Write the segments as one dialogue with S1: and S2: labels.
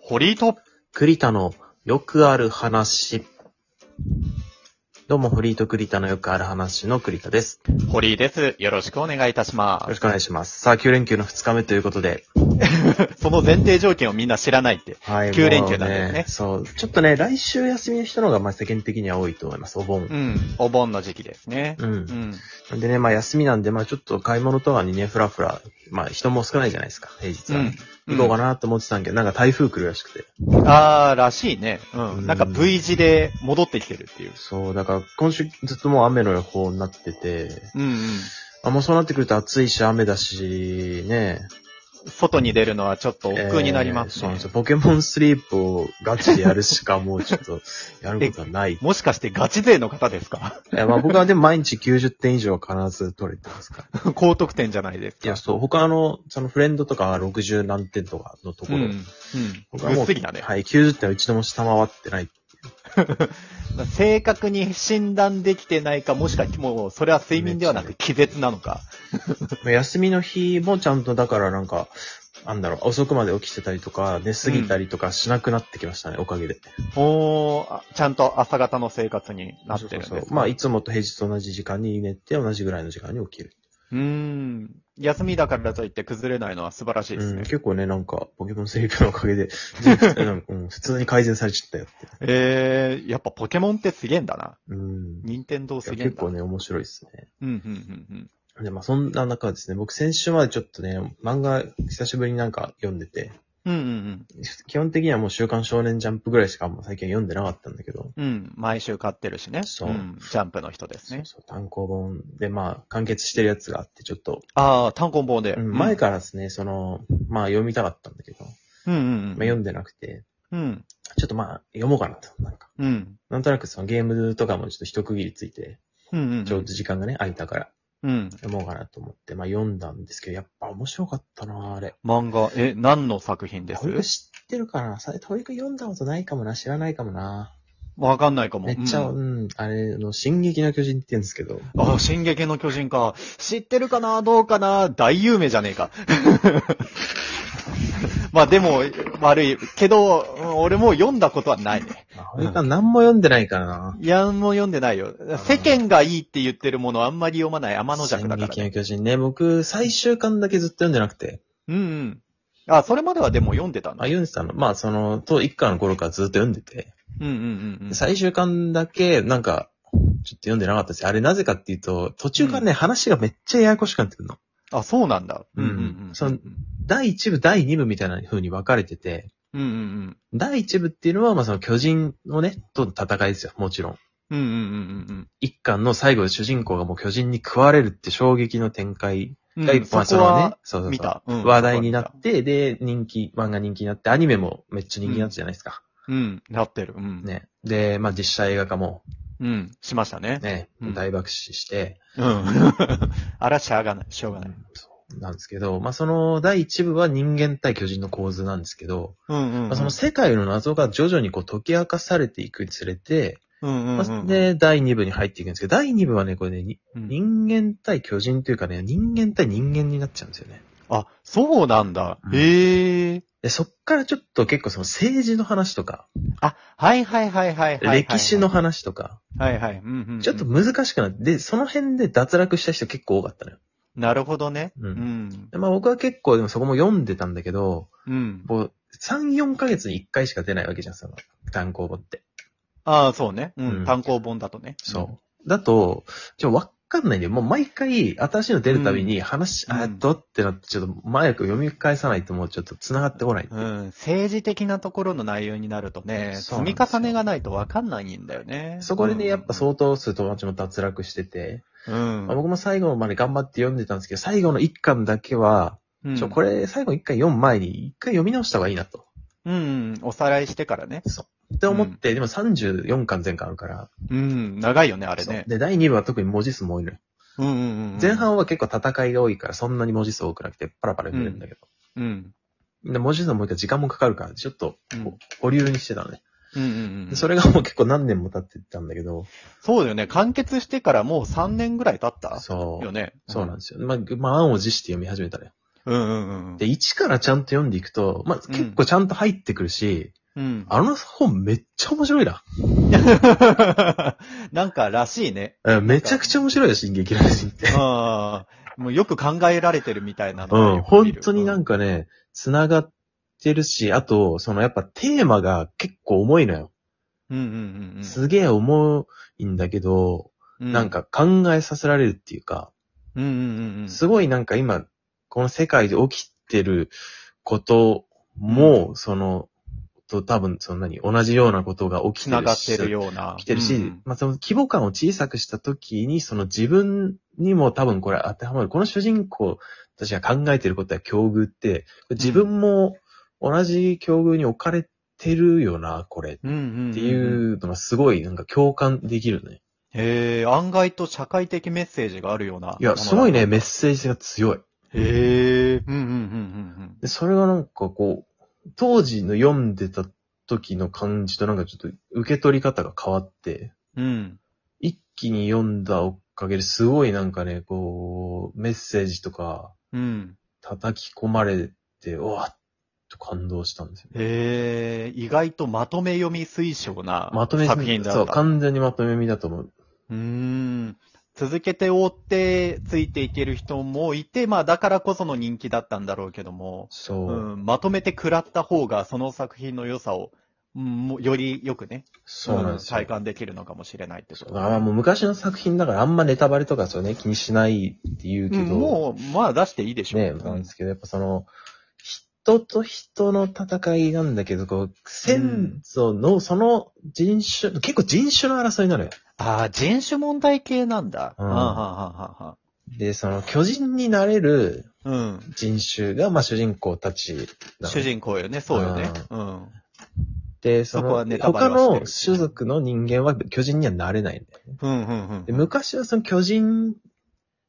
S1: 堀井と、
S2: 栗田のよくある話。どうも、フリート栗田のよくある話の栗田です。よ
S1: 堀井です。よろしくお願いいたしま
S2: ろしくお願いします。さあ、9連休の2日目ということで。
S1: す。その前提条件をみんな知らないって。
S2: はい
S1: 9連休なんだよね
S2: もうそう。ちょっとね、来週休みの人の方が、まあ、世間的には多いと思います、お
S1: う
S2: 盆。
S1: ん。お盆の時期ですね。
S2: う。
S1: うんん。
S2: でね、まあ、休みなんで、まあ、ちょっと買い物とかにね、ふらふら、まあ、人も少ないじゃないですか、平日は
S1: う
S2: ね。
S1: ん。
S2: 行こうかなと思ってたんけど、なんか台風来るらしくて。
S1: あー、らしいね。うん。
S2: うん
S1: なんか V 字で戻ってきてるっていう。
S2: そう、だから今週ずっともう雨の予報になってて、
S1: うんうん。
S2: あ、もうそうなってくると暑いし雨だし、ね。
S1: 外に出るのはちょっと億劫になります
S2: えーそう
S1: ね
S2: なんですよ。ポケモンスリープをガチでやるしかもうちょっ と、やることはない。
S1: もしかしてガチ勢の方ですか
S2: えまあ僕はでも毎日90点以上は必ず取れてますから。
S1: 高得点じゃないです
S2: い
S1: か。
S2: や、そう、他の、そのフレンドとかは60何点とかのとこ
S1: う
S2: ろ。
S1: ん。うん。
S2: 僕は
S1: ぐ
S2: も
S1: っすりだね。
S2: はい、90点は一度も下回ってない。
S1: 正確に診断できてないか、もしかしてもう、それは睡眠ではなく気絶なのか。
S2: まあ休みの日もちゃんと、だからなんか、なんだろう、遅くまで起きてたりとか、寝すぎたりとかしなくなってきましたね、おかげで。
S1: おー、あちゃんと朝方の生活になってるんです
S2: そう
S1: ね
S2: そうそうまあ、いつもと平日と同じ時間に寝て、同じぐらいの時間に起きる。
S1: うーん。休みだからといって崩れないのは素晴らしいです
S2: うん、
S1: ね。
S2: 結構ね、なんか、ポケモンセリフのおかげで、 人生なんかうん普通に改善されちゃったよって。
S1: えー、やっぱポケモンってすげえんだな。
S2: うん。い
S1: 任天堂す
S2: や
S1: げえん
S2: 結
S1: だ。
S2: 構ね、面白いですね。
S1: うん、うん、うん、
S2: で、まあ、そんな中ですね、僕先週までちょっとね、漫画久しぶりになんか読んでて、
S1: うん。うん、うん、
S2: 基本的にはもう週刊少年ジャンプぐらいしかあんま最近読んでなかったんだけど、
S1: うん。うん、毎週買ってるしね。
S2: そうん
S1: ジャンプの人です
S2: そう
S1: ね。
S2: そう、単行本で、まあ、完結してるやつがあって、ちょっと、
S1: ああ、単行本で。
S2: うん前からですね、その、まあ、読みたかったんだけど、ま
S1: ら。うん、
S2: あ、
S1: うん、う
S2: 読
S1: ん。
S2: んでなくて、
S1: うん、
S2: ちょっとまあ、読もうかなと。なんか、
S1: うん。
S2: なんとなくそのゲームとかもちょっと一区切りついて、
S1: うん、うん。
S2: ちょうど時間がね、空いたから、
S1: うん。
S2: 読もうかなと思って、まあ、読んだんですけど、やっぱ面白かったなあれ。
S1: 漫画、え、何の作品で
S2: 保育
S1: す
S2: 知ってるかなさ、保育読んだことないかもな、知らないかもな。
S1: わかんないかも。
S2: めっちゃ、
S1: う
S2: うんん、あれ、あの、進撃の巨人って言うんですけど、
S1: ああ、進撃の巨人か。知ってるかなどうかな大有名じゃねえか。 まあでも、悪い。けど、うん俺も読んだことはないね。
S2: まあ、保育は何も読んでないからな。
S1: いや、もう読んでないよ。世間がいいって言ってるものあんまり読まない天の弱だから、
S2: 進撃
S1: ね。
S2: の巨人ね。僕、最終巻だけずっと読んでなくて。
S1: うんうん。あ、それまではでも読んでたん
S2: あ、
S1: だ。
S2: 読んでたのまあ、その、当一巻の頃からずっと読んでて。
S1: うんうんうんうん。
S2: 最終巻だけ、なんか、ちょっと読んでなかったです。あれなぜかっていうと、途中からね、話がめっちゃややこしくなってくるの。
S1: あ、そうなんだ。
S2: うんうんそ
S1: うん
S2: の第1部、第2部みたいな風に分かれてて、
S1: うんうん。
S2: 第1部っていうのは、まあ、その巨人のね、との戦いですよ、もちろん。
S1: うんうんうん
S2: 一巻の最後で主人公がもう巨人に食われるって衝撃の展開
S1: うんうん。
S2: が、
S1: うん
S2: まあ
S1: そこ
S2: の
S1: は
S2: ね、そうそうそう
S1: 見た。うん
S2: 話題になって、で、人気、漫画人気になって、アニメもめっちゃ人気になったじゃないですか。
S1: うん、なってる。うん。
S2: ね。で、まあ実写映画化も、
S1: うん、しましたね。
S2: ね、
S1: うん
S2: 大爆死して、
S1: うん。あら、しゃあがない。しょうがない。
S2: そうなんですけど、まあその第一部は人間対巨人の構図なんですけど、
S1: うんうん、
S2: まあ、その世界の謎が徐々にこう解き明かされていくにつれて、
S1: うんうん
S2: ま
S1: う
S2: あ
S1: ん、
S2: で、第二部に入っていくんですけど、第二部はね、これね、に
S1: うん、
S2: 人間対巨人というかね、人間対人間になっちゃうんですよね。
S1: あ、そうなんだ。
S2: うん
S1: へえ。
S2: で、そっからちょっと結構その政治の話とか、
S1: あ、はいはいはいはいはいはい、
S2: 歴史の。話とか、
S1: はいはい。うんうんうん、
S2: ちょっと難しくなって、で、その辺で脱落した人結構多かったのよ。
S1: なるほどね。
S2: う
S1: うんん。
S2: でまあ僕は結構でもそこも読んでたんだけど、
S1: うん。
S2: もう3、4ヶ月に1回しか出ないわけじゃん、その単行本って。
S1: ああ、そうね。う
S2: うん
S1: ん。単行本だとね。
S2: そう。だと、ちょ、わかんないんだよ。もう毎回新しいの出るたびに話、
S1: うん
S2: あーっとってなって、ちょっと前く読み返さないともうちょっと繋がってこない。
S1: うん。うん。政治的なところの内容になるとね、
S2: そう
S1: 積
S2: なんで
S1: み
S2: す
S1: 重
S2: よ
S1: ねがないとわかんないんだよね。
S2: そこでね、
S1: うん
S2: やっぱ相当数友達も脱落してて、
S1: うん。
S2: まあ僕も最後まで頑張って読んでたんですけど、最後の1巻だけは、
S1: うん、
S2: ちょ、これ最後1回読む前に1回読み直した方がいいなと。
S1: うんうん。おさらいしてからね。
S2: って思って、でも34巻前巻あるから、
S1: うん。長いよね、あれ
S2: そう
S1: ね。
S2: で、第2部は特に文字数も多いのよ。
S1: うんうんうんうん。
S2: 前半は結構戦いが多いから、そんなに文字数多くなくて、パラパラ読めるんだけど。
S1: うん。
S2: で、文字数も多いから時間もかかるから、ちょっと
S1: うん
S2: こう保留にしてたのね。
S1: うんうんうん。
S2: でそれがもう結構何年も経ってたんだけど、
S1: そうだよね。完結してからもう3年ぐらい経った
S2: そ
S1: よね。
S2: う。そうなん
S1: ん
S2: ですよ。まあ、まあ、案を持して読み始めたのよ。
S1: うんうんうんうん。
S2: で、1からちゃんと読んでいくと、まあ、
S1: うん
S2: 結構ちゃんと入ってくるし、
S1: うん。
S2: あの本めっちゃ面白いな。
S1: なんからしいね。
S2: うんめちゃくちゃ面白いよ、進撃の巨人 って。
S1: ああ、もうよく考えられてるみたいなの
S2: う
S1: が
S2: ん、
S1: よく見
S2: 本
S1: る。
S2: 当になん
S1: か。
S2: かね、繋がってるし、あと、そのやっぱテーマが結構重いのよ。
S1: うんうんうん
S2: すげえ重いんだけど、
S1: うん。
S2: なん。か考えさせられるっていうか、
S1: うんうんうんうん。
S2: すごいなんか今、この世界で起きてることも、その、と多分そんなに同じようなことが起きて
S1: 繋
S2: る
S1: がっ
S2: して
S1: るような。
S2: 起きてるし、
S1: うん
S2: まあその規模感を小さくした時に、その自分にも多分これ当てはまる。この主人公たちが考えてることや境遇って、自分も同じ境遇に置かれてるよな、これ。
S1: うんうんうん。
S2: ってい。うのがすごいなんか共感できるね。
S1: へえ、案外と社会的メッセージがあるような。
S2: いや、すごいね、メッ
S1: セ
S2: セージ性が強い。
S1: ージ。へえ。うんうんうんうん
S2: で、それがなんかこう、当時の読んでた時の感じとなんかちょっと受け取り方が変わって、
S1: うん。うん。
S2: 一気に読んだおかげですごいなんかね、こう、メッセージとか
S1: うん。
S2: 叩き込まれて、うわっと感動したんですよね。
S1: へえ、意外とまとめ読み推奨な
S2: まとめ
S1: 作品だった。
S2: そう、完全にまとめみだと思う。
S1: うーん。続けて追ってついていける人もいて、まあだからこその人気だったんだろうけども、
S2: そう、
S1: うん、まとめて食らった方がその作品の良さを、うんもうよりよくね、
S2: そうなんですよ。
S1: 体感できるのかもしれないってこ
S2: そう
S1: と。
S2: だからもう昔の作品だからあんまネタバレとかそうね、気にしないって言うけど、
S1: うんもう、まあ出していいでしょう。
S2: ね、なんですけど、やっぱその、人と人の戦いなんだけど、こう、先祖の、その人種、結構人種の争いなのよ。
S1: ああ、人種問題系なんだ。
S2: うん
S1: はあはあは
S2: で、その巨人になれる
S1: あはあうん。
S2: 人種が、まあ主人公たちなの。
S1: 主人公よね、そうよね。うん。
S2: で、そ
S1: そこ
S2: の、
S1: はネタバ
S2: 他
S1: レはしてる
S2: の種族の人間は巨人にはなれないんだよね。
S1: うん、うん、
S2: で、昔はその巨人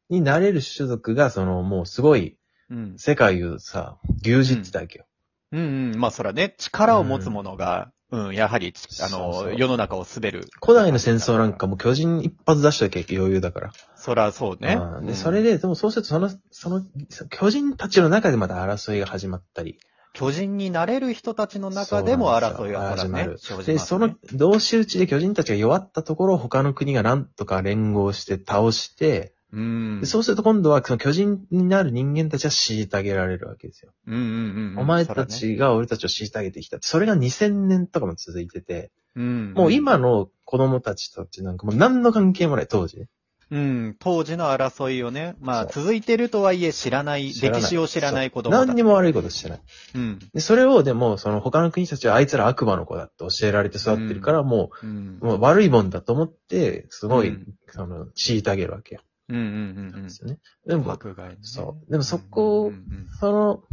S2: になれる種族が、そのもうすごい
S1: うん。
S2: 世界をさ、牛耳ってたわけよ。
S1: うんうん、まあそらね、力を持つ者が、うん、やはり、ちあの、
S2: そうそう
S1: 世の中を滑る。
S2: 古代の戦争なんかも巨人一発出しときゃ余裕だから。
S1: そらそうね
S2: う。ん
S1: う
S2: で、
S1: ん
S2: それ、で、でもそうすると、その、その、その巨人たちの中でまた争いが始まったり。
S1: 巨人になれる人たちの中でも争いが
S2: そうなんです
S1: そらね、生じ
S2: で、
S1: ます
S2: そ
S1: ね
S2: の、同士討ちで巨人たちが弱ったところを他の国がなんとか連合して倒して、
S1: うん。
S2: でそうすると今度はその巨人になる人間たちは虐げられるわけですよ。
S1: うんうんうんうん。
S2: お前
S1: そら
S2: た
S1: ね、
S2: ちが俺たちを虐げてきた。それが2000年とかも続いてて、
S1: うん。
S2: もう今、の子供たちとってなんかもう何の関係もない、当時ね。
S1: うん、当時の争いをね、まあ
S2: そ
S1: 続いてるとはいえ知らない、
S2: 知らない
S1: 歴史を知らない子供
S2: 何に
S1: も。
S2: も悪いことしてない。
S1: うん。
S2: で、それをでも、その他の国たちはあいつら悪魔の子だって教えられて育ってるから、も
S1: うん
S2: う、。もう悪いもんだと思って、すごい、
S1: うん
S2: その、虐げるわけよ。
S1: うんうんうん
S2: ですよね。
S1: う
S2: で
S1: ん。
S2: も、
S1: 迫害ね
S2: そうでもそこを
S1: うんうん
S2: その、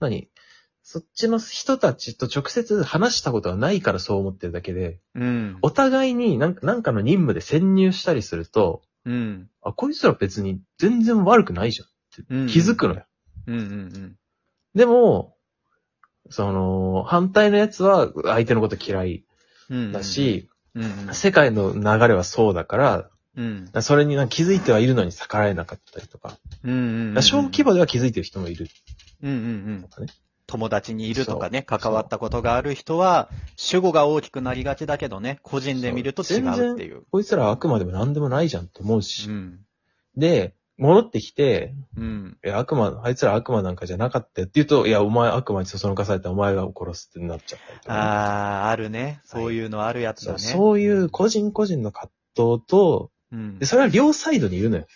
S2: 何そっちの人たちと直接話したことがないからそう思ってるだけで、
S1: うん。
S2: お互いになんかなんかの任務で潜入したりすると、
S1: うん。
S2: あ、こいつら別に全然悪くないじゃんって気づくのよ。
S1: うんうん
S2: でも、その、反対のやつは相手のこと嫌い
S1: うん。うん。
S2: だし、
S1: うんうん、
S2: 世界の流れはそうだから、
S1: うん。
S2: それになんか気づいてはいるのに逆らえなかったりとか、
S1: うんうんうん。
S2: 小規模では気づいてる人もいる
S1: うんうんうん
S2: と。かね。
S1: 友達にいるとかね、関わったことがある人は、主語が大きくなりがちだけどね、個人で見ると違うっていう。
S2: こいつらはあくまでも何でもないじゃんと思うし。
S1: うん。
S2: で、戻ってきて、
S1: うん。
S2: いや、悪魔、あいつら悪魔なんかじゃなかったよって言うと、いや、お前悪魔にそそのかされたお前が殺すってなっちゃったりとかね、
S1: あー、あるね。そういうのあるやつ
S2: そ
S1: だ
S2: う
S1: ね。
S2: そういう個人個人の葛藤と、
S1: うん。
S2: で、それは両サイドにいるのよ。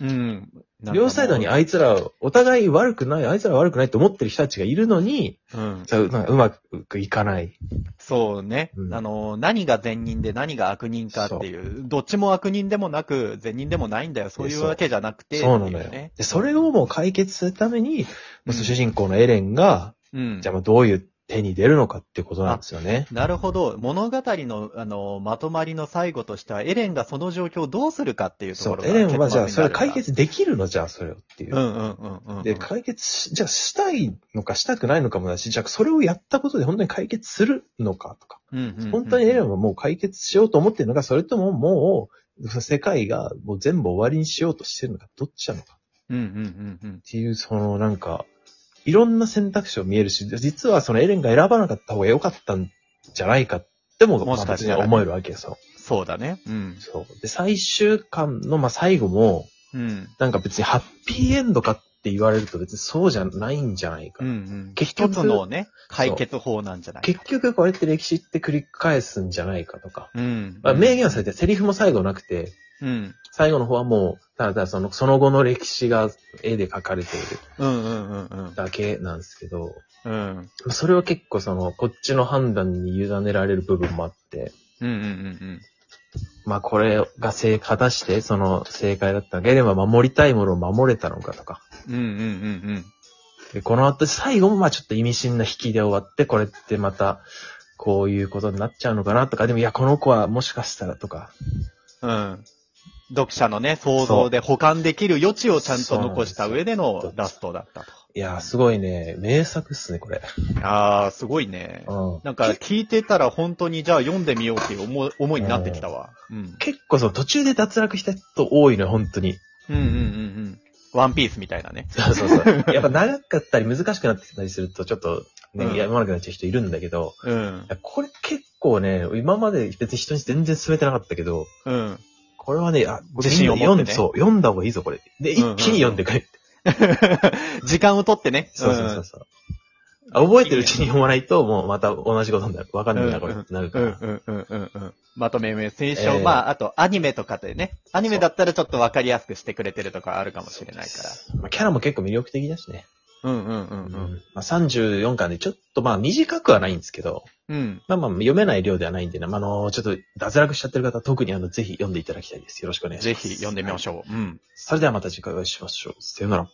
S1: うん。
S2: 両サイドにあいつら、お互い悪くない、あいつら悪くないって思ってる人たちがいるのに、
S1: うん。
S2: そうなんかうまくいかない。
S1: そうね。
S2: うん
S1: あの、何が善人で何が悪人かっていう、どっちも悪人でもなく、善人でもないんだよ。そういうわけじゃなくて、
S2: そうなの
S1: っ
S2: よ
S1: ていね。
S2: で、それをもう解決するために、まあ主人公のエレンが、
S1: うん。
S2: じゃあまあどういう手に出るのかってことなんですよね。
S1: なるほど。物語の、あの、まとまりの最後としては、エレンがその状況をどうするかっていうと
S2: そ
S1: ころ
S2: う。
S1: が
S2: エレンはじゃあ
S1: 結末
S2: それ
S1: になる
S2: 解
S1: んだ
S2: 決できるのじゃあそれをっていう。
S1: うんうんうんうんうん。
S2: で、解決し、じゃあしたいのかしたくないのかもだし、じゃあそれをやったことで本当に解決するのかとか。
S1: うんうんうん
S2: 本当にエレンはもう解決しようと思ってるのか、それとももう、世界がもう全部終わりにしようとしてるのか、どっちなのかっ
S1: うんうんうんうん。
S2: ていう、そのなんか、いろんな選択肢を見えるし、実はそのエレンが選ばなかった方が良かったんじゃないかっても、
S1: も
S2: ま
S1: し
S2: あ
S1: かし
S2: 別
S1: た
S2: に
S1: ら
S2: 思えるわけさ。
S1: そうだね。うん。
S2: そう。で、最終巻の、まあ、最後も、
S1: うん。
S2: なんか別にハッピーエンドかって言われると別にそうじゃないんじゃないか
S1: うんう
S2: な。
S1: ん。
S2: 結局
S1: 一つのね、解決法なんじゃない
S2: 結局これって歴史って繰り返すんじゃないかとか。
S1: うん。
S2: まあ、明言はされて、セリフも最後なくて、
S1: うん。
S2: 最後の方はもう、ただただその、その後の歴史が絵で描かれている
S1: うんうんうんうん。
S2: だけなんですけど、
S1: うん。うん
S2: それは結構その、こっちの判断に委ねられる部分もあって、
S1: うんうん
S2: まあこれが正、果たしてその正解だったのか、エレンは守りたいものを守れたのかとか、
S1: うん。うんうんうん
S2: で、この後最後もまあちょっと意味深な引きで終わって、これってまた、こういうことになっちゃうのかなとか、でもいや、この子はもしかしたらとか、
S1: うん。うん。読者のね、想像で保管できる余地をちゃんと残した上で
S2: そうな
S1: の
S2: んですよ
S1: ラストだったと。
S2: いや、すごいね、名作っすね、これ。
S1: あー、すごいね。
S2: うん。
S1: なんか聞いてたら本当にじゃあ読んでみようっていう思い思いになってきたわ。うん。
S2: 結構その途中で脱落した人多いのよ、本当に。
S1: うんうんうんうん。ワンピースみたいなね。
S2: そうそう そう。やっぱ長かったり難しくなってきたりすると、ちょっと、ね、
S1: うん
S2: やまなくなっちゃう人いるんだけど、
S1: うん
S2: い。やこれ結構ね、今まで別に人に全然勧めてなかったけど、
S1: うん。
S2: これはね、あ、
S1: 自信を持ってね
S2: 読んでそう、読んだ方がいいぞ、これ。で、一
S1: うんうん
S2: 気に読んでくれって。
S1: 時間をとってね。
S2: そうそうそうそう。あ覚えてるうちに読まないと、もうまた同じことになる。わかんないな、これ。なるか
S1: うん。う
S2: ら
S1: ん。うんうんうんうん。まとめ目選手を、
S2: ええ
S1: まあ、あとアニメとかでね。アニメだったらちょっとわかりやすくしてくれてるとかあるかもしれないから。
S2: まあ、キャラも結構魅力的だしね。
S1: うんうんう
S2: うんまあ、34巻でちょっとまあ短くはないんですけど、
S1: うん。うん。
S2: まあまあ読めない量ではないんでね、まあ、あのちょっと脱落しちゃってる方は特にあの、ぜひ読んでいただきたいです。よろしくお願いし
S1: ぜ
S2: ます。
S1: ひ読んでみましょう。うん。
S2: それではまた次回お会いしましょう。さよなら。